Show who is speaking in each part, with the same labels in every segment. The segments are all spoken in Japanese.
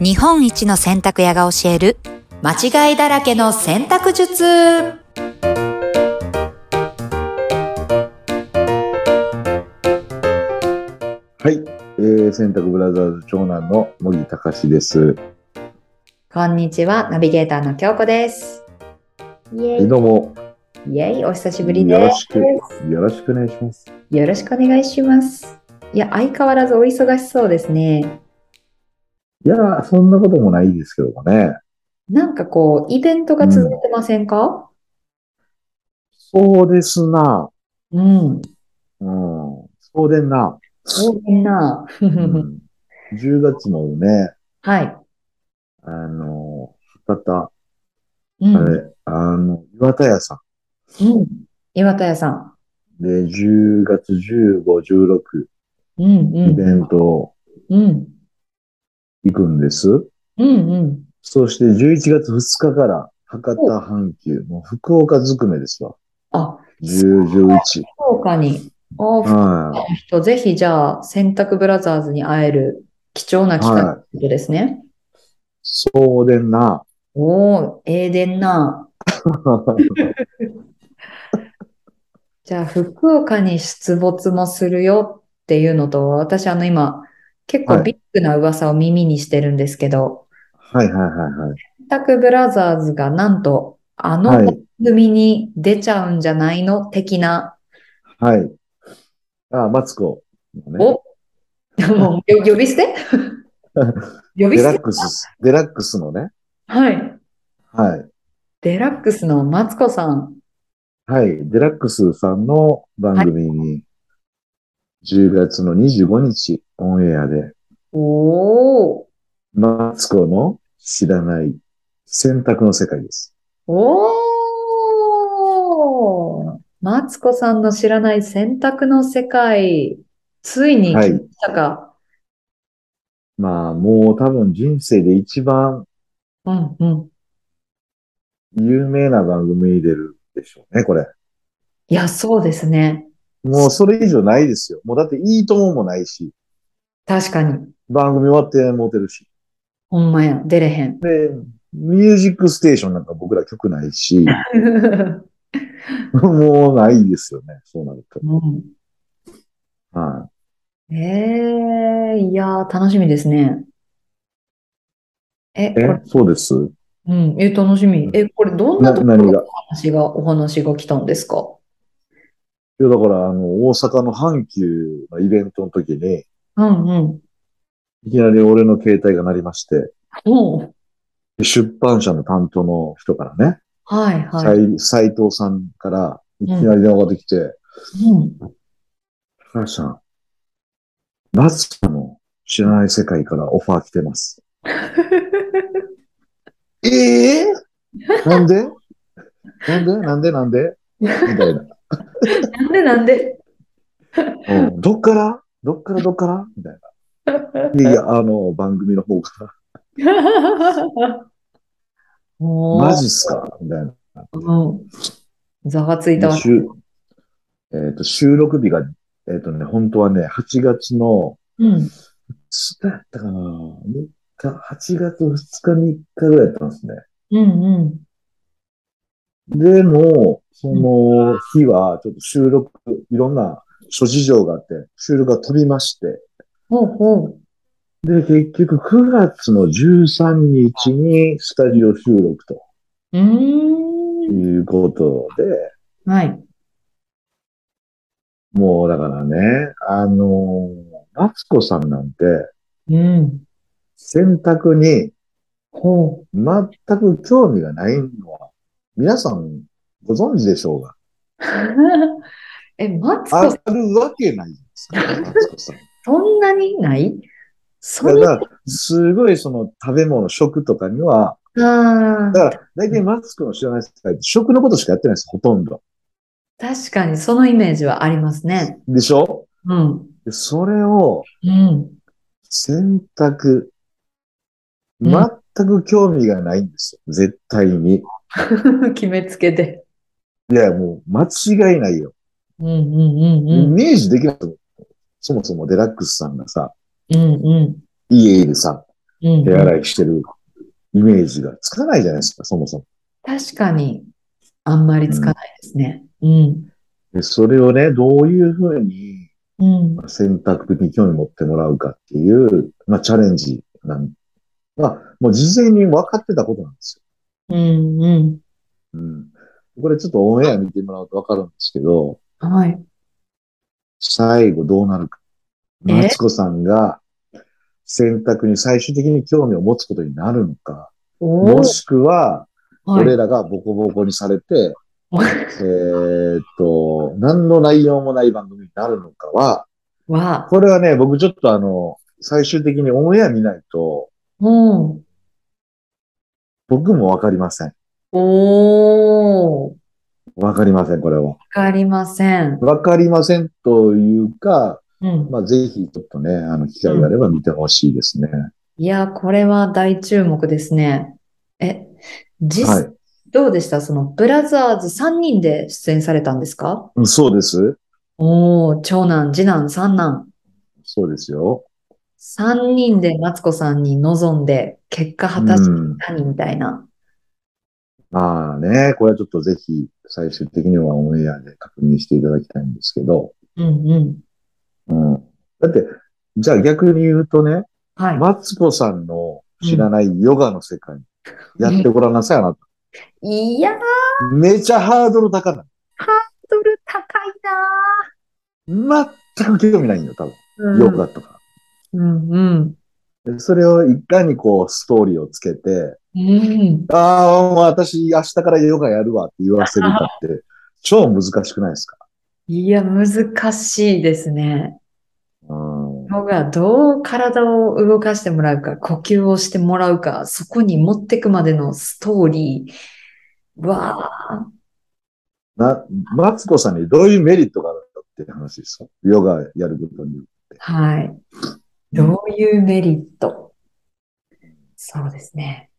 Speaker 1: 日本一の洗濯屋が教える間違いだらけの洗濯術
Speaker 2: はい、えー、洗濯ブラザーズ長男の茂木隆です。
Speaker 1: こんにちはナビゲーターの京子です
Speaker 3: イエ
Speaker 2: え
Speaker 3: イ。
Speaker 2: どうも、
Speaker 1: イエイお久しぶり
Speaker 2: よ
Speaker 1: で
Speaker 2: ろ
Speaker 1: す
Speaker 2: しく、よろしくお願いします。
Speaker 1: よろしくお願いしますいや相変わらずお忙しそうですね
Speaker 2: いやー、そんなこともないですけどもね。
Speaker 1: なんかこうイベントが続いてませんか
Speaker 2: そうですな。
Speaker 1: うん
Speaker 2: うん、そうでんな。
Speaker 1: 大変な
Speaker 2: うん、10月のね、
Speaker 1: はい、
Speaker 2: あのー、博多、
Speaker 1: うん
Speaker 2: あれ、あの、岩田屋さ
Speaker 1: うん、岩田屋さん
Speaker 2: んで、10月15、16、
Speaker 1: うん
Speaker 2: イベント
Speaker 1: うん
Speaker 2: 行くんです。
Speaker 1: うんうん
Speaker 2: そして11月2日から、博多阪急、もう福岡ずくめですわ。
Speaker 1: あ
Speaker 2: 10、11。
Speaker 1: 福岡にあー
Speaker 2: はい。
Speaker 1: と、ぜひじゃあ、洗濯ブラザーズに会える貴重な機会ということですね。
Speaker 2: そうでん な。
Speaker 1: おお、ええでんな。じゃあ、福岡に出没もするよっていうのと、私、あの、今、結構
Speaker 2: はい
Speaker 1: ビッグな噂を耳にしてるんですけど、
Speaker 2: はいはいはいはい。
Speaker 1: 洗濯ブラザーズがなんと、あの
Speaker 2: はい
Speaker 1: 番組に出ちゃうんじゃないの的な、
Speaker 2: はい。あ、マツコのね。
Speaker 1: お もう、よ呼び捨て呼び
Speaker 2: デ
Speaker 1: 捨
Speaker 2: ラッ
Speaker 1: て
Speaker 2: クス、デラックスのね。
Speaker 1: はい。
Speaker 2: はい。
Speaker 1: デラックスのマツコさん。
Speaker 2: はい。デラックスさんの番組に、10月の25日、オンエアで、
Speaker 1: おお。
Speaker 2: マツコの知らない選択の世界です。
Speaker 1: おーマツコさんの知らない選択の世界、ついに来ましたか。
Speaker 2: まあ、もう多分人生で一番
Speaker 1: うんうん。
Speaker 2: 有名な番組に出るでしょうね、これ。
Speaker 1: いや、そうですね。
Speaker 2: もうそれ以上ないですよ。もうだっていいとももないし、
Speaker 1: 確かに。
Speaker 2: 番組終わってモテるし。
Speaker 1: ほんまや、出れへん。
Speaker 2: で、ミュージックステーションなんか僕ら曲ないし、 もうないですよね、そうなると。
Speaker 1: うん
Speaker 2: は
Speaker 1: ええいやー、楽しみですね。え、
Speaker 2: い、え
Speaker 1: これ、
Speaker 2: そうです
Speaker 1: うん、え、楽しみ。え、これ、どんな
Speaker 2: な
Speaker 1: とこ
Speaker 2: 何
Speaker 1: ろ
Speaker 2: が
Speaker 1: の話が、お話が来たんですか
Speaker 2: いや、だから、あの、大阪の阪急のイベントの時に、
Speaker 1: うんうん。
Speaker 2: いきなり俺の携帯が鳴りまして、
Speaker 1: おう
Speaker 2: 出版社の担当の人からね、
Speaker 1: はいはい。
Speaker 2: 斎、藤さんから、いきなり電話ができて、
Speaker 1: うん。
Speaker 2: 高橋さん、マツコの知らない世界からオファー来てます。 え えなんでなんでなんでなんでみたいな。
Speaker 1: なんでなんで
Speaker 2: うんどっからどっからどっからみたい な。いやいや、あの、番組の方から。
Speaker 1: もう、
Speaker 2: マジっすかみたいな。
Speaker 1: うん。ざわついたわ。
Speaker 2: 収えっと収録日が、えっ、とね、本当はね、8月の、
Speaker 1: うん。
Speaker 2: す何やったかな ?3 日、8月2日、3日ぐらいだったんですね。
Speaker 1: うんうん。
Speaker 2: でも、その日は、ちょっと収録、いろんな諸事情があって、収録が飛びまして、
Speaker 1: ほうほう。
Speaker 2: で、結局9月の13日にスタジオ収録と
Speaker 1: うーん。
Speaker 2: いうことで、
Speaker 1: はい。
Speaker 2: もうだからね、あの、マツコさんなんて、
Speaker 1: うん。
Speaker 2: 選択に
Speaker 1: ほ
Speaker 2: 全く興味がないのは、皆さんご存知でしょうが、
Speaker 1: う。 え、マツコ
Speaker 2: あ
Speaker 1: さん、
Speaker 2: るわけないじゃないですか、マツコさん。
Speaker 1: そんなにないそ
Speaker 2: だ
Speaker 1: ん
Speaker 2: か
Speaker 1: な、
Speaker 2: ら、すごいその食べ物、食とかには、
Speaker 1: あ
Speaker 2: だ
Speaker 1: ー
Speaker 2: から、大体マツコの知らない世界って食のことしかやってないです、ほとんど。
Speaker 1: 確かにそのイメージはありますね。
Speaker 2: でしょ
Speaker 1: うん。
Speaker 2: でそれを、
Speaker 1: うん。
Speaker 2: 選択、
Speaker 1: うん
Speaker 2: 全く興味がないんですよ、絶対に。
Speaker 1: 決めつけて。
Speaker 2: いや、もう間違いないよ。
Speaker 1: うんうんう
Speaker 2: イ
Speaker 1: ん
Speaker 2: メージできないと思うそもそもデラックスさんがさ、
Speaker 1: うん。うんうん。
Speaker 2: 家でさ、
Speaker 1: うん
Speaker 2: 手洗いしてるイメージがつかないじゃないですか、そもそも。
Speaker 1: 確かに、あんまりつかないですね。うん。
Speaker 2: でそれをね、どういうふうに
Speaker 1: うん。
Speaker 2: 選択に興味持ってもらうかっていう、まあ、チャレンジなん、まあ、もう事前に分かってたことなんです
Speaker 1: うん。うん。
Speaker 2: よ。うん。これちょっとオンエア見てもらうと分かるんですけど、
Speaker 1: はい。
Speaker 2: 最後どうなるか。
Speaker 1: え
Speaker 2: マツコさんが選択に最終的に興味を持つことになるのか、
Speaker 1: お
Speaker 2: も
Speaker 1: ー
Speaker 2: しくは、
Speaker 1: はい
Speaker 2: 俺らがボコボコにされ て、
Speaker 1: はい
Speaker 2: えーっと、何の内容もない番組になるのかは、
Speaker 1: は、
Speaker 2: これはね、僕ちょっとあの、最終的にオンエア見ないと、
Speaker 1: うん。
Speaker 2: 僕もわかりません。
Speaker 1: おー。わ
Speaker 2: わかりません、これは。
Speaker 1: かりません。
Speaker 2: わかりませんというか、
Speaker 1: うん。
Speaker 2: まあ、ぜひちょっとね、あの、機会があれば見てほしいですね。
Speaker 1: いや、これは大注目ですね。え、実、
Speaker 2: は
Speaker 1: どうでしたその、ブラザーズ3人で出演されたんですか
Speaker 2: い。そうです。
Speaker 1: おー、長男、次男、三男。
Speaker 2: そうですよ。
Speaker 1: 3人でマツコさんに臨んで、結果果たし
Speaker 2: うん
Speaker 1: たみたいな。
Speaker 2: まあね、これはちょっとぜひ、最終的にはオンエアで確認していただきたいんですけど、
Speaker 1: うんうん。
Speaker 2: うん。だって、じゃあ逆に言うとね、
Speaker 1: はい。
Speaker 2: マツコさんの知らないヨガの世界、やってごらんなさい、あなた。
Speaker 1: いやー、
Speaker 2: めちゃハードル高ない。
Speaker 1: ドル高いな
Speaker 2: 全く興味ないんよ、多分。
Speaker 1: ー。
Speaker 2: ヨガとか。
Speaker 1: うんうん。
Speaker 2: でそれをいかにこう、ストーリーをつけて、
Speaker 1: うん。
Speaker 2: ああ、もう私明日からヨガやるわって言わせるかって、超難しくないですか
Speaker 1: いや、難しいですね。
Speaker 2: うん。
Speaker 1: のがどう体を動かしてもらうか、呼吸をしてもらうか、そこに持ってくまでのストーリーは、
Speaker 2: な、マツコさんにどういうメリットがあるんだっていう話ですよ。ヨガやることによ
Speaker 1: はい。どういうメリットそうですね。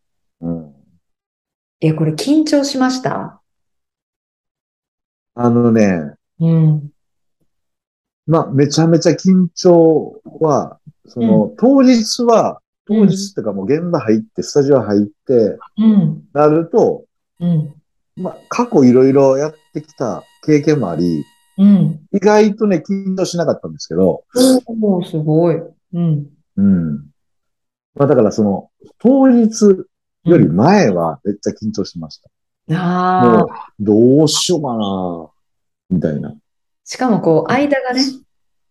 Speaker 2: って。うん。
Speaker 1: いや、これ緊張しました
Speaker 2: あのね、
Speaker 1: うん。
Speaker 2: まあ、めちゃめちゃ緊張は、その、当日
Speaker 1: う
Speaker 2: は、当
Speaker 1: ん
Speaker 2: 日っていうかもう現場入って、スタジオ入って、
Speaker 1: うん。
Speaker 2: なると、
Speaker 1: うん。
Speaker 2: まあ、過去いろいろやってきた経験もあり、
Speaker 1: うん。
Speaker 2: 意外とね、緊張しなかったんですけど、
Speaker 1: おー、すごい。うん。
Speaker 2: うん。まあ、だからその、当日より前はめっちゃ緊張しました。も
Speaker 1: あ
Speaker 2: う
Speaker 1: あ。、
Speaker 2: どうしようかな、みたいな。
Speaker 1: しかもこう、間がね、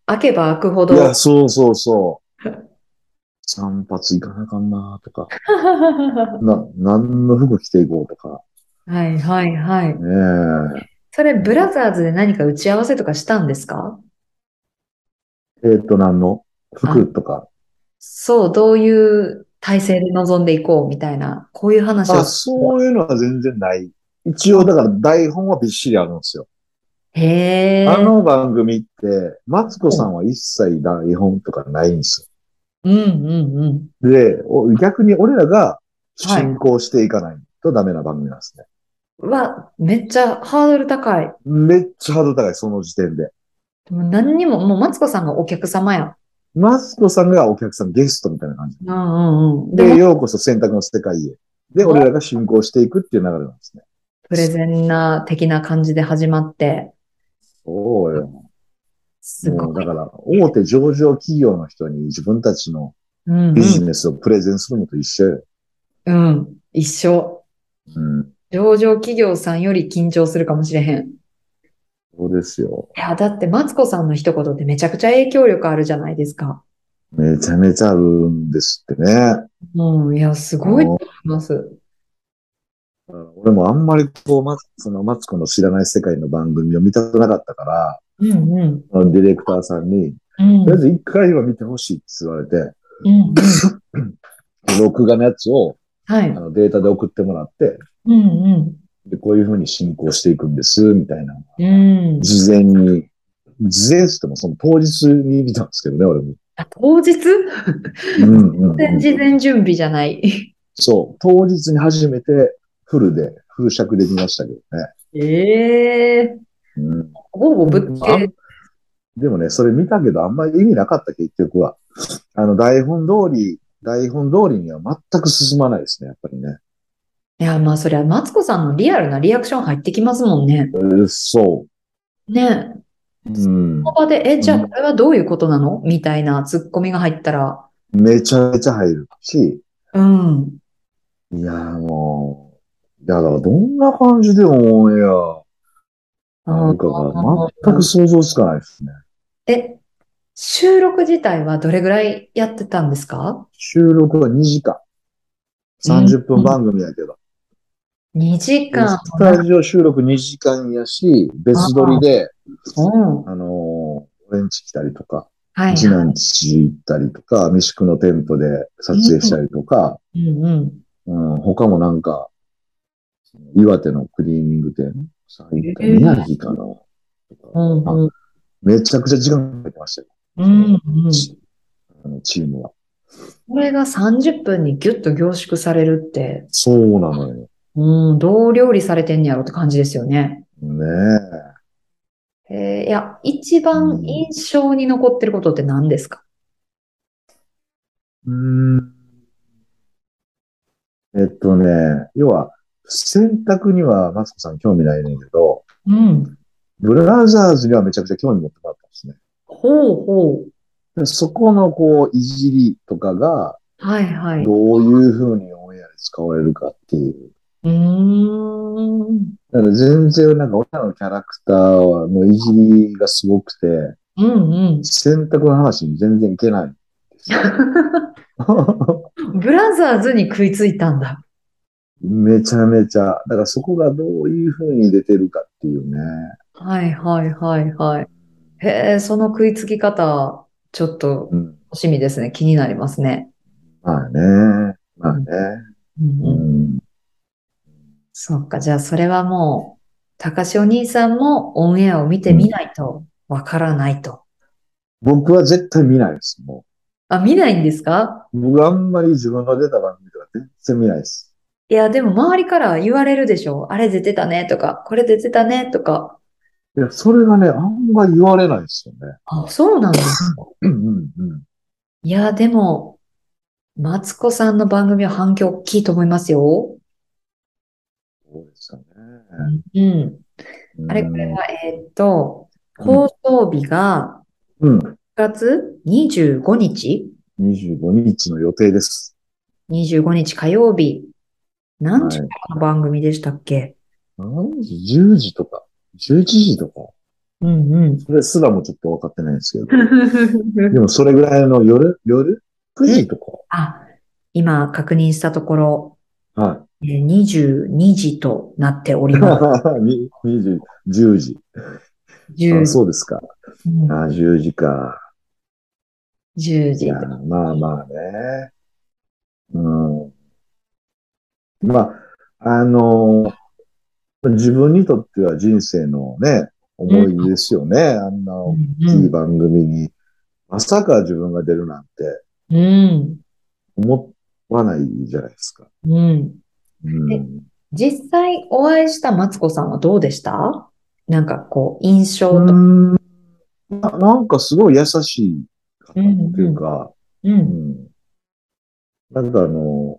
Speaker 1: 開けば開くほ
Speaker 2: いや、
Speaker 1: ど、
Speaker 2: そうそうそう。散髪行かなあかんなとか、
Speaker 1: は
Speaker 2: な、何の服着ていこうとか、
Speaker 1: いはいはい。
Speaker 2: ね
Speaker 1: それ、ブラザーズで何か打ち合わせとかしたんですか
Speaker 2: え。えっ、と、何の服とか。
Speaker 1: そう、どういう体制で臨んでいこうみたいな、こういう話を
Speaker 2: あ、。そういうのは全然ない。一応、だから台本はびっしりあるんですよ。
Speaker 1: へえ。
Speaker 2: あの番組って、マツコさんは一切台本とかないんです
Speaker 1: うんうんうん。
Speaker 2: よ。で、お逆に俺らが進行していかないとダメな番組なんですね。
Speaker 1: うわ、めっちゃハードル高い。
Speaker 2: めっちゃハードル高い、その時点で。
Speaker 1: でも何にも、もうマツコさんがお客様や。
Speaker 2: マツコさんがお客さん、ゲストみたいな感じ。
Speaker 1: うんうんうん。で
Speaker 2: で、
Speaker 1: も、
Speaker 2: ようこそ選択の世界へ。で、俺らが進行していくっていう流れなんですね。
Speaker 1: プレゼンな的な感じで始まって、
Speaker 2: そうよ。
Speaker 1: す
Speaker 2: もう
Speaker 1: ご
Speaker 2: だ
Speaker 1: い。
Speaker 2: から、大手上場企業の人に自分たちの
Speaker 1: うんう
Speaker 2: ビジ
Speaker 1: ん。
Speaker 2: ネスをプレゼンするのと一緒よ。
Speaker 1: うん。一緒。
Speaker 2: うん。
Speaker 1: 上場企業さんより緊張するかもしれへん。
Speaker 2: そうですよ。
Speaker 1: いや、だってマツコさんの一言ってめちゃくちゃ影響力あるじゃないですか。
Speaker 2: めちゃめちゃあるんですってね。
Speaker 1: うん、いや、すごいと
Speaker 2: も
Speaker 1: 思います。
Speaker 2: う俺もあんまりこう、マツそのマツコの知らない世界の番組を見たくなかったから、
Speaker 1: うんうん。
Speaker 2: あのディレクターさんに、
Speaker 1: うん
Speaker 2: とりあえず一回は見てほしいって言われて、
Speaker 1: うんうん。
Speaker 2: 録画のやつを
Speaker 1: はい。
Speaker 2: あのデータで送ってもらって、
Speaker 1: うん
Speaker 2: で、こういうふうに進行していくんです、みたいな。
Speaker 1: うん。うん。
Speaker 2: 事前に、事前っつってもその当日に見たんですけどね、俺も。
Speaker 1: あ、当日
Speaker 2: うんうんうん、
Speaker 1: 事前準備じゃない。
Speaker 2: そう。当日に初めてフルで、フル尺で見ましたけどね。
Speaker 1: ええ
Speaker 2: うん、
Speaker 1: ほぼぶっ
Speaker 2: あん
Speaker 1: け。
Speaker 2: でもね、それ見たけどあんまり意味なかった、結局は。あの、台本通り台本通りには全く進まないですね、やっぱりね。
Speaker 1: いや、まあ、そりゃ、マツコさんのリアルなリアクション入ってきますもんね。
Speaker 2: えーそ
Speaker 1: ね。
Speaker 2: う。うん
Speaker 1: その。場で、え、じゃあ
Speaker 2: うん
Speaker 1: これはどういうことなのみたいなツッコミが入ったら、
Speaker 2: めちゃめちゃ入るし、
Speaker 1: うん。
Speaker 2: いやーもう、いやだからどんな感じでオンエアなんかが全く想像つかないですね。
Speaker 1: え、収録自体はどれぐらいやってたんですか
Speaker 2: 収録は2時間。30分番組やけど。
Speaker 1: ?2 時間。
Speaker 2: スタジオ収録2時間やし、別撮りで、
Speaker 1: うん。
Speaker 2: あのー、俺んち来たりとか、
Speaker 1: はい。
Speaker 2: 次男んち行ったりとか、三宿のテントで撮影したりとか、
Speaker 1: うんうん。
Speaker 2: うん、他もなんか、岩手のクリーニング店、さ行った
Speaker 1: えー
Speaker 2: 宮城かな、と
Speaker 1: う
Speaker 2: か
Speaker 1: んうん。
Speaker 2: めちゃくちゃ時間かけてましたよ、
Speaker 1: うんうん。
Speaker 2: チあのチームは。
Speaker 1: これが30分にギュッと凝縮されるって、
Speaker 2: そうなのよ。
Speaker 1: うん、どう料理されてんねやろって感じですよね。
Speaker 2: ね
Speaker 1: え
Speaker 2: え。
Speaker 1: ーいや、一番印象に残ってることって何ですか
Speaker 2: うーんえっとね、要は、選択にはマツコさん興味ないねんけど、
Speaker 1: うん。
Speaker 2: ブラザーズにはめちゃくちゃ興味持ってもらったんですね。
Speaker 1: ほうほう。
Speaker 2: でそこのこう、いじりとかが、
Speaker 1: はいはい。
Speaker 2: どういう風にオンエアで使われるかっていう。
Speaker 1: うーん。
Speaker 2: だから全然なんか俺らのキャラクターはもういじりがすごくて、
Speaker 1: うん
Speaker 2: 選択の話に全然いけないんですよ。
Speaker 1: うん。ブラザーズに食いついたんだ。
Speaker 2: めちゃめちゃ。だからそこがどういう風に出てるかっていうね。
Speaker 1: はいはいはいはい。へえ、その食いつき方、ちょっと
Speaker 2: うん。
Speaker 1: 楽しみですね。気になりますね。
Speaker 2: まあね。まあね。
Speaker 1: うん
Speaker 2: う
Speaker 1: うん
Speaker 2: ん。
Speaker 1: そっか、じゃあそれはもう、たかしお兄さんもオンエアを見てみないとわからないと。
Speaker 2: 僕は絶対見ないです。も
Speaker 1: あ、見ないんですか
Speaker 2: う。僕あんまり自分が出た番組とか全然見ないです。
Speaker 1: いや、でも周りから言われるでしょ。あれ出てたねとか、これ出てたねとか。
Speaker 2: いや、それがね、あんまり言われないですよね。
Speaker 1: あ、そうなんですか。
Speaker 2: うんうんうん。
Speaker 1: いや、でも、マツコさんの番組は反響大きいと思いますよ。
Speaker 2: そうですかね。
Speaker 1: うん。
Speaker 2: うん
Speaker 1: あれ、これは、えーっと、放送日が
Speaker 2: うん。
Speaker 1: 9月25日
Speaker 2: 25日の予定です。
Speaker 1: ?25 日火曜日。何時
Speaker 2: はい
Speaker 1: からの番組でしたっけ
Speaker 2: 何時 ?10 時とか。11時とか。
Speaker 1: うんうん。
Speaker 2: それすらもちょっと分かってないんですけど。でもそれぐらいの夜夜 ?9 時とか。
Speaker 1: あ、今確認したところ、
Speaker 2: はい。
Speaker 1: えー22時となっております。
Speaker 2: に20 10時。
Speaker 1: 10
Speaker 2: あ
Speaker 1: 時。
Speaker 2: そうですか。
Speaker 1: うん
Speaker 2: あ10時か。
Speaker 1: 10
Speaker 2: い
Speaker 1: 時
Speaker 2: や。まあまあね。うん。まあ、あのー自分にとっては人生のね、思い出ですよね。あんな
Speaker 1: う
Speaker 2: 大
Speaker 1: ん
Speaker 2: きい番組に。まさか自分が出るなんて
Speaker 1: うん。
Speaker 2: 思わないじゃないですか。
Speaker 1: うん。うん
Speaker 2: うん。
Speaker 1: 実際お会いしたマツコさんはどうでしたなんかこう、印象
Speaker 2: う
Speaker 1: と。
Speaker 2: んななんかすごい優しい方っていうか、
Speaker 1: う。
Speaker 2: うんんなんかあの、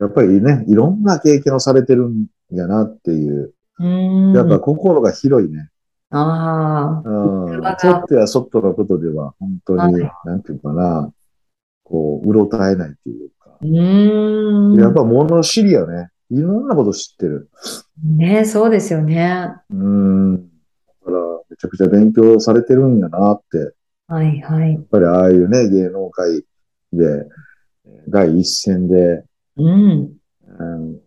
Speaker 2: やっぱりね、いろんな経験をされてるんやなっていう、
Speaker 1: うん。
Speaker 2: やっぱ心が広いね。
Speaker 1: ああ。
Speaker 2: うん
Speaker 1: わかる。
Speaker 2: ちょっとやそっとのことでは、本当に
Speaker 1: は、
Speaker 2: なんていうかな、こう、うろたえないっていうか。
Speaker 1: うーん。
Speaker 2: やっぱ物知りよね。いろんなこと知ってる。
Speaker 1: ね、そうですよね。
Speaker 2: うん。だから、めちゃくちゃ勉強されてるんやなって、や
Speaker 1: はいはい
Speaker 2: っ。ぱりああいうね、芸能界で、第一線で、
Speaker 1: うん。
Speaker 2: うん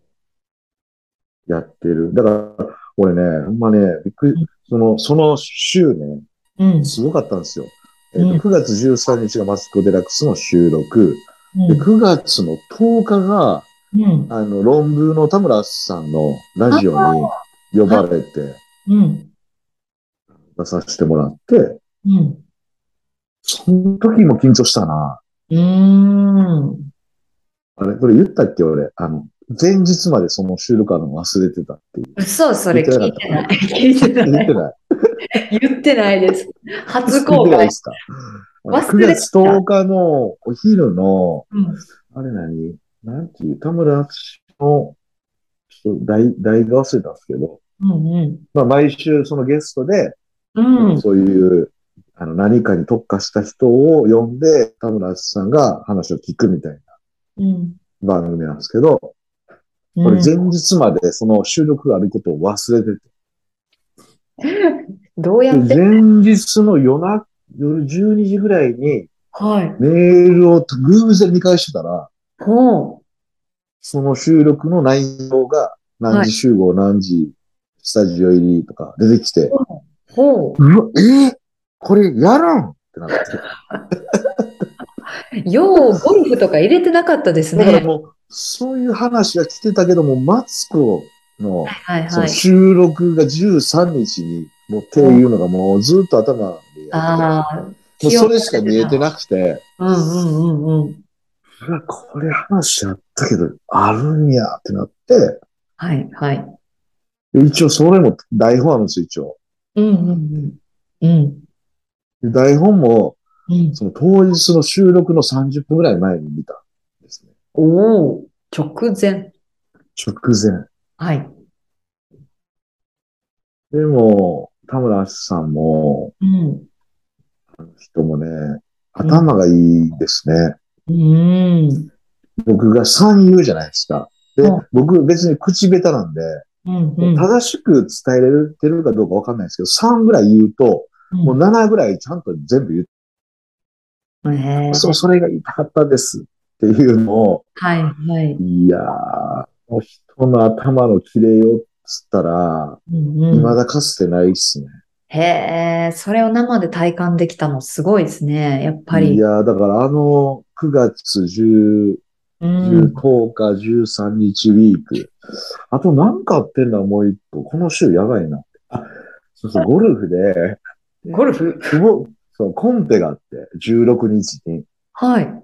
Speaker 2: やってる。だから、俺ね、ほんまね、びっくり、その、その週ね、
Speaker 1: うん。
Speaker 2: すごかったんですよ。え
Speaker 1: うん
Speaker 2: っと9月13日がマツコ・デラックスの収録。
Speaker 1: う
Speaker 2: で
Speaker 1: ん。
Speaker 2: 9月の10日が、
Speaker 1: うん。
Speaker 2: あの、論文の田村さんのラジオに呼ばれて
Speaker 1: うん。
Speaker 2: 出させてもらって、
Speaker 1: うん。
Speaker 2: その時も緊張したな。
Speaker 1: うーん。
Speaker 2: あれ、これ言ったっけ俺。あの、前日までその収録あるの忘れてたっていう。
Speaker 1: 嘘、それ聞いてない。聞いてな
Speaker 2: 言っ
Speaker 1: い
Speaker 2: て。 ない
Speaker 1: 言ってないです。初
Speaker 2: い
Speaker 1: 公
Speaker 2: くらで
Speaker 1: 開。
Speaker 2: すか
Speaker 1: 忘
Speaker 2: 9
Speaker 1: れてた
Speaker 2: 月10日のお昼の、
Speaker 1: うん
Speaker 2: あれ何なんていう、田村淳の、ちょっと題、題が忘れたんですけど、
Speaker 1: うんうん。
Speaker 2: まあ、毎週そのゲストで、
Speaker 1: うん。
Speaker 2: そういう、あの、何かに特化した人を呼んで、田村淳さんが話を聞くみたい
Speaker 1: う
Speaker 2: な
Speaker 1: ん。
Speaker 2: 番組なんですけど、これ前日までその収録があることを忘れてて、
Speaker 1: どうやって
Speaker 2: 前日の夜な、夜12時ぐらいに
Speaker 1: はい。
Speaker 2: メールを偶然見返してたら、
Speaker 1: ほう。
Speaker 2: その収録の内容が何時集合、何時スタジオ入りとか出てきて、
Speaker 1: ほ
Speaker 2: うわ、えーこれやらんってなって。
Speaker 1: う。よう、ゴルフとか入れてなかったです
Speaker 2: だから
Speaker 1: ね。
Speaker 2: もう、そういう話が来てたけども、マツコの
Speaker 1: はい
Speaker 2: そ
Speaker 1: は
Speaker 2: の
Speaker 1: い。
Speaker 2: 収録が13日に、もうっていうのがもうずっと頭にあ
Speaker 1: ああ。
Speaker 2: ってもうそれしか見えてなくて、
Speaker 1: うんうんうんうん。
Speaker 2: うわこれ話やったけど、あるんやってなって、
Speaker 1: はいはい。
Speaker 2: で一応それも台本あるんですよ、一応。
Speaker 1: うんうんうん。うん。
Speaker 2: で台本も、
Speaker 1: うん、
Speaker 2: その当日の収録の30分ぐらい前に見たんですね。
Speaker 1: おお、直前。
Speaker 2: 直前。
Speaker 1: はい。
Speaker 2: でも、田村淳さんも、
Speaker 1: うん。
Speaker 2: あの人もね、頭がいいですね。
Speaker 1: うん。
Speaker 2: 僕が三言うじゃないですか。で、
Speaker 1: うん
Speaker 2: 僕別に口下手なんで、
Speaker 1: うんうん。
Speaker 2: 正しく伝えれてるかどうかわかんないですけど、三ぐらい言うと、もう7ぐらいちゃんと全部言って、
Speaker 1: うんねえ
Speaker 2: そう、それが言いたかったですっていうのを、
Speaker 1: はいはい。
Speaker 2: いやー、もう人の頭の綺麗よっつったら、
Speaker 1: うんうん
Speaker 2: 未だかつてないっすね。
Speaker 1: へえ、それを生で体感できたのすごいですね。やっぱ
Speaker 2: い
Speaker 1: り。
Speaker 2: やー、だからあの、9月10、
Speaker 1: うん。
Speaker 2: 10日、13日ウィーク。あと何かあってんだ、もう一個。この週やばいな。あ、そうそう、ゴルフで、
Speaker 1: ゴルフ
Speaker 2: 久保、そのコンペがあって、16日に、
Speaker 1: はい。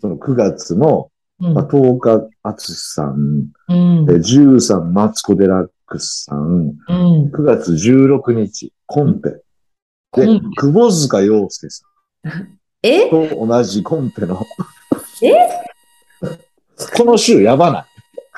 Speaker 2: その9月の、
Speaker 1: うん
Speaker 2: まあ、10日、淳さん、
Speaker 1: うん。
Speaker 2: で13、マツコ・デラックスさん、
Speaker 1: うん。
Speaker 2: 9月16日、コンペ。で
Speaker 1: コン、
Speaker 2: 久保塚洋介さん
Speaker 1: え。
Speaker 2: と同じコンペの
Speaker 1: え
Speaker 2: この週やばない。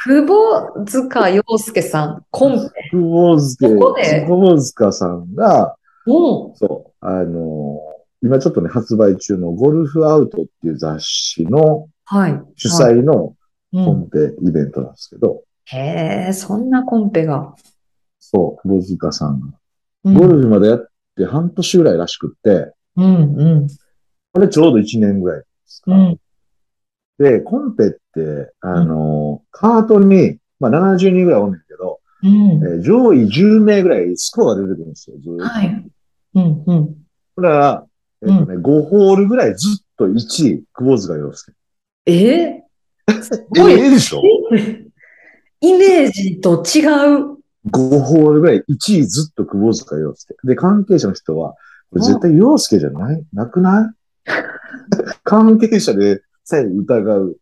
Speaker 1: 久保塚洋介さん、コンペ。
Speaker 2: 久保塚、
Speaker 1: ここで
Speaker 2: 久保塚さんが、
Speaker 1: も
Speaker 2: そう、あのー今ちょっとね、発売中のゴルフアウトっていう雑誌の
Speaker 1: う、はい。
Speaker 2: 主
Speaker 1: はい。
Speaker 2: 催の
Speaker 1: う
Speaker 2: コ
Speaker 1: ん。
Speaker 2: ンペイベントなんですけど、
Speaker 1: へえ、そんなコンペが。
Speaker 2: そう、久保塚さんが。
Speaker 1: うん
Speaker 2: ゴルフまでやって半年ぐらいらしくって、
Speaker 1: うんうん。
Speaker 2: これちょうど1年ぐらいですか。
Speaker 1: うん。
Speaker 2: で、コンペって、あのーカートに、まあ、70人ぐらいおんねんけど、
Speaker 1: うん。
Speaker 2: えー上位10名ぐらいスコアが出てくるんですよ、ずーっと。
Speaker 1: はい。うんうん。
Speaker 2: だから、えっとね、5ホールぐらいずっと1位、久保塚洋介。
Speaker 1: えす
Speaker 2: え
Speaker 1: ごい。
Speaker 2: えでしょ
Speaker 1: イメージと違う。
Speaker 2: 5ホールぐらい1位ずっと久保塚洋介。で、関係者の人は、これ絶対洋介じゃないなくない 関係者でさえ疑う。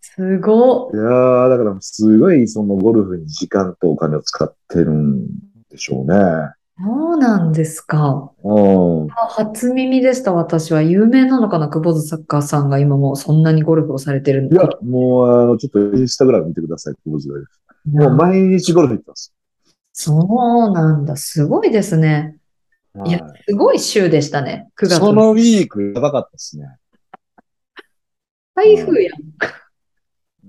Speaker 1: すご
Speaker 2: いやー、だからすごいそのゴルフに時間とお金を使ってるんでしょうね。
Speaker 1: そうなんですか。
Speaker 2: うん。
Speaker 1: あ初耳でした、私は。有名なのかな、久保塚さんが今もうそんなにゴルフをされてる
Speaker 2: い
Speaker 1: の
Speaker 2: や
Speaker 1: か。、
Speaker 2: もう、あの、ちょっとインスタグラム見てください、久保塚洋介。もう毎日ゴルフ行ってます。
Speaker 1: そうなんだ。すごいですね。いや
Speaker 2: は
Speaker 1: すごい週でしたね。9
Speaker 2: い
Speaker 1: 月。
Speaker 2: そのウィーク、やばかったですね。
Speaker 1: 台風やん。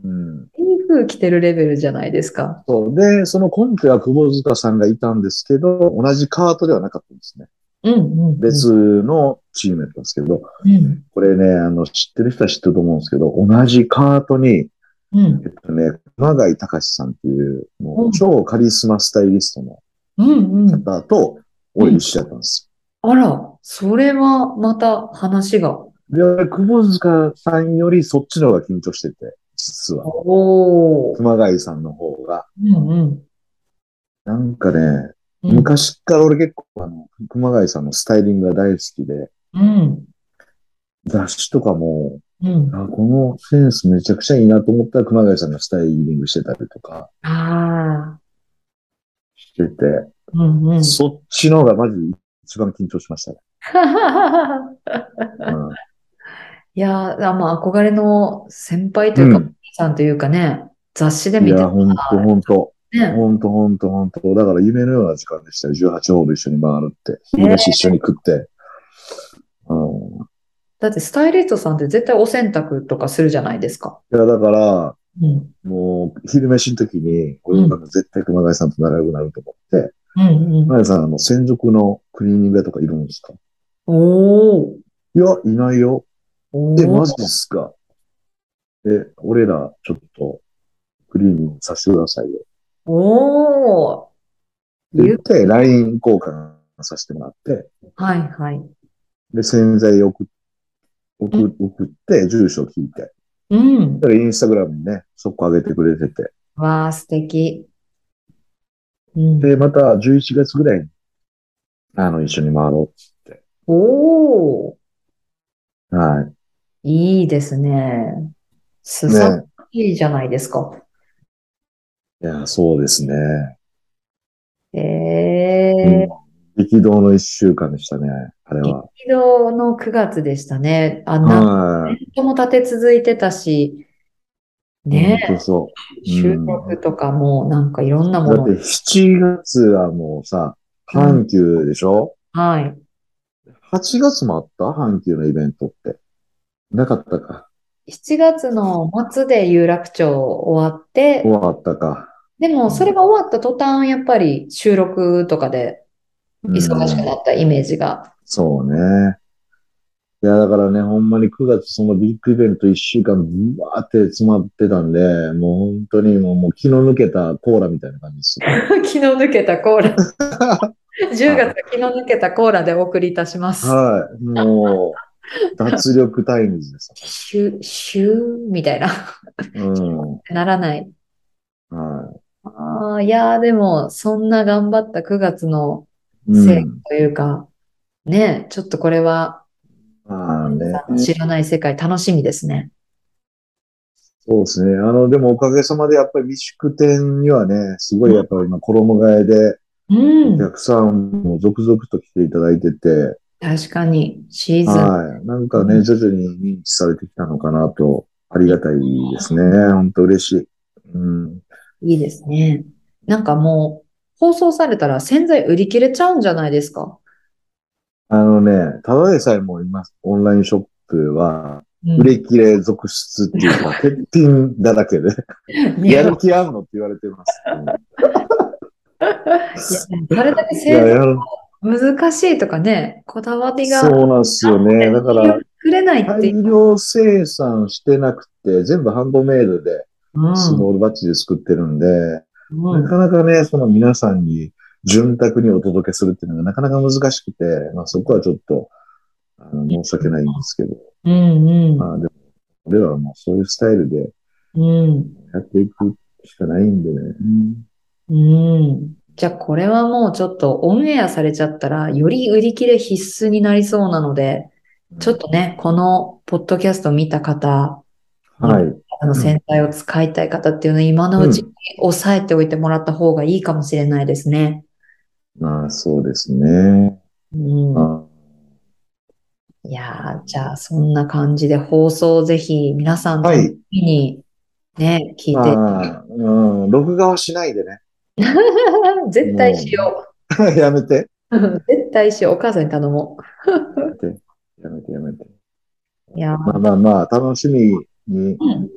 Speaker 2: うん。
Speaker 1: 台風来てるレベルじゃないですか。
Speaker 2: そう。で、そのコンペは久保塚さんがいたんですけど、同じカートではなかったんですね。
Speaker 1: うんうん。
Speaker 2: 別のチームやったんですけど、
Speaker 1: うん。
Speaker 2: これね、あの、知ってる人は知ってると思うんですけど、同じカートに、
Speaker 1: うん
Speaker 2: え。っとね、熊谷隆さんっていう、も
Speaker 1: う
Speaker 2: うん超カリスマスタイリストの
Speaker 1: うんうん。
Speaker 2: 方と、俺一緒やったんです
Speaker 1: あら、それはまた話が。
Speaker 2: よ。で、久保塚さんよりそっちの方が緊張してて、実は。
Speaker 1: おお。
Speaker 2: 熊谷さんの方が。
Speaker 1: うんうん。
Speaker 2: なんかね、
Speaker 1: うん
Speaker 2: 昔から俺結構あの、熊谷さんのスタイリングが大好きで、
Speaker 1: うん。
Speaker 2: 雑誌とかも、
Speaker 1: うん。
Speaker 2: あこのセンスめちゃくちゃいいなと思ったら熊谷さんのスタイリングしてたりとか
Speaker 1: ああ。
Speaker 2: してて、
Speaker 1: うんう ん。
Speaker 2: そっちの方がマジで一番緊張しましたね。うん
Speaker 1: いやー、あまあ、憧れの先輩というか、
Speaker 2: うん
Speaker 1: さんというかね、雑誌で
Speaker 2: い
Speaker 1: 見て
Speaker 2: や、ほんとほんと。
Speaker 1: ね。
Speaker 2: ほんとほんとほんと。だから夢のような時間でしたよ。18ホール一緒に回るって。昼飯一緒に食って。うん。
Speaker 1: だってスタイリストさんって絶対お洗濯とかするじゃないですか。
Speaker 2: いや、だから、
Speaker 1: うん。
Speaker 2: もう、昼飯の時に、俺なんか絶対熊谷さんと仲良くなると思って、
Speaker 1: うんうん。
Speaker 2: 熊谷さん、あの、専属のクリーニング屋とかいるんですか
Speaker 1: おー。
Speaker 2: いや、いないよ。
Speaker 1: お
Speaker 2: え、
Speaker 1: ー
Speaker 2: マジですかえ、俺ら、ちょっと、クリーニングさせてくださいよ。
Speaker 1: おー。
Speaker 2: で言
Speaker 1: ゆ
Speaker 2: って、LINE 交換させてもらって、
Speaker 1: はいはい。
Speaker 2: で、洗剤送っ送送って、住所聞いて。
Speaker 1: うん。
Speaker 2: だからインスタグラムにね、そこ上げてくれてて。
Speaker 1: わー、素敵。うん。
Speaker 2: で、また11月ぐらいに、あの、一緒に回ろ
Speaker 1: おー。
Speaker 2: う。はい
Speaker 1: いですね。す。
Speaker 2: ね。
Speaker 1: さいいじゃないですか。
Speaker 2: いや、そうですね。
Speaker 1: え
Speaker 2: うん
Speaker 1: え。
Speaker 2: 激動の一週間でしたね、あれは。
Speaker 1: 昨日の9月でしたね。あ、なん
Speaker 2: はい。
Speaker 1: とも立て続いてたし、ねえ
Speaker 2: 本当そ
Speaker 1: 収録とかもなんかいろんな
Speaker 2: う。
Speaker 1: も
Speaker 2: だ
Speaker 1: の。
Speaker 2: って7月はもうさ、阪急でしょ、
Speaker 1: はい。
Speaker 2: ?8 月もあった阪急のイベントって。なかったか。
Speaker 1: 7月の末で有楽町終わって
Speaker 2: 終、わったか。
Speaker 1: でもそれが終わった途端、やっぱり収録とかで
Speaker 2: うん
Speaker 1: 忙しくなったイメージが。
Speaker 2: そうね。いや、だからね、ほんまに9月そのビッグイベント1週間ブワーって詰まってたんで、もう本当にもうもう気の抜けたコーラみたいな感じです。
Speaker 1: 昨日抜けたコー ラ。10月昨日抜けたコーラでお送りいたします。
Speaker 2: はい。もう、脱力タイムズです。
Speaker 1: シュー、シューみたいな。
Speaker 2: うん。
Speaker 1: ならない。
Speaker 2: は
Speaker 1: ああ、いやーでも、そんな頑張った9月の
Speaker 2: い。う
Speaker 1: せい
Speaker 2: ん。
Speaker 1: というか、ねえ、ちょっとこれは
Speaker 2: まあね。
Speaker 1: 知らない世界楽しみですね。
Speaker 2: そうですね。あの、でもおかげさまでやっぱり未宿店にはね、すごいやっぱり今衣替えで、
Speaker 1: う
Speaker 2: お
Speaker 1: ん、
Speaker 2: 客さんも続々と来ていただいてて、
Speaker 1: 確かに、シーズン。
Speaker 2: はい。なんかね、徐々に認知されてきたのかなと、ありがたいですね。本当嬉しい。うん。
Speaker 1: いいですね。なんかもう、放送されたら洗剤売り切れちゃうんじゃないですか。
Speaker 2: あのね、ただでさえも今、オンラインショップは、
Speaker 1: うん
Speaker 2: 売れ切れ続出っていう か、欠品だらけで、
Speaker 1: ね
Speaker 2: やる気あんのって言われてます。
Speaker 1: いやそれだけ
Speaker 2: いや、
Speaker 1: 洗剤
Speaker 2: やる。
Speaker 1: 難しいとかね、こだわりが
Speaker 2: そうなんですよね。だから、
Speaker 1: くれないって
Speaker 2: 大
Speaker 1: いう。
Speaker 2: 量生産してなくて、全部ハンドメイドで、
Speaker 1: うん
Speaker 2: スモールバッチで作ってるんで、
Speaker 1: うん
Speaker 2: なかなかね、その皆さんに潤沢にお届けするっていうのがなかなか難しくて、まあそこはちょっと、あの、申し訳ないんですけど、
Speaker 1: うん
Speaker 2: まあでも、俺らはもうそういうスタイルで
Speaker 1: うん。うん。
Speaker 2: やっていくしかないんでね。
Speaker 1: うん。じゃあこれはもうちょっとオンエアされちゃったら、より売り切れ必須になりそうなので、ちょっとね、このポッドキャスト見た方、
Speaker 2: はい。
Speaker 1: あの洗剤を使いたい方っていうのを今のうちに抑えておいてもらった方がいいかもしれないですね。
Speaker 2: まあそうですね。
Speaker 1: うん。
Speaker 2: あ
Speaker 1: いやーじゃあそんな感じで放送をぜひ皆さん
Speaker 2: は
Speaker 1: 楽し
Speaker 2: い。
Speaker 1: みにね、聞いて。
Speaker 2: まあ、うん、録画はしないでね。
Speaker 1: 絶対しよ
Speaker 2: やめて。
Speaker 1: う。 絶対しよう。お母さんに頼も
Speaker 2: やめて。やめて、やめて。
Speaker 1: う。いやー
Speaker 2: まあまあまあ、楽しみに
Speaker 1: うん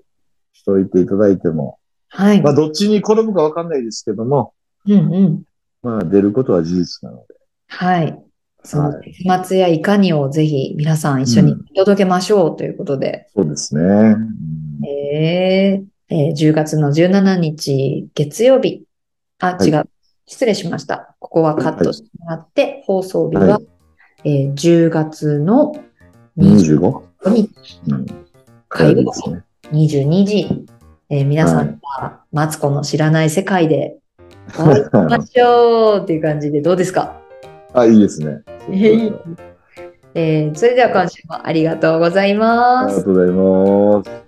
Speaker 2: しといていただいても、
Speaker 1: はい。
Speaker 2: まあどっちに転ぶかわかんないですけども、
Speaker 1: うんうん。
Speaker 2: まあ出ることは事実なので。
Speaker 1: はい。その
Speaker 2: はい
Speaker 1: 結末やいかにをぜひ皆さん一緒に見届けましょうということで、
Speaker 2: そうですね。うん
Speaker 1: えーえー10月の17日月曜日、あ、
Speaker 2: はい
Speaker 1: 違う、失礼しました。ここはカットしてもらって、放送日は、
Speaker 2: は
Speaker 1: えー10月の25
Speaker 2: 25?
Speaker 1: 日
Speaker 2: うん。
Speaker 1: 火曜
Speaker 2: 火
Speaker 1: 日
Speaker 2: 曜日ですね。
Speaker 1: 22時、えー皆さんはマツコの知らない世界でお会いしましょうっていう感じでどうですか
Speaker 2: あ、いいですね。
Speaker 1: ええーそれでは今週もありがとうござい
Speaker 2: あ
Speaker 1: ま
Speaker 2: り
Speaker 1: す
Speaker 2: が。とうございます。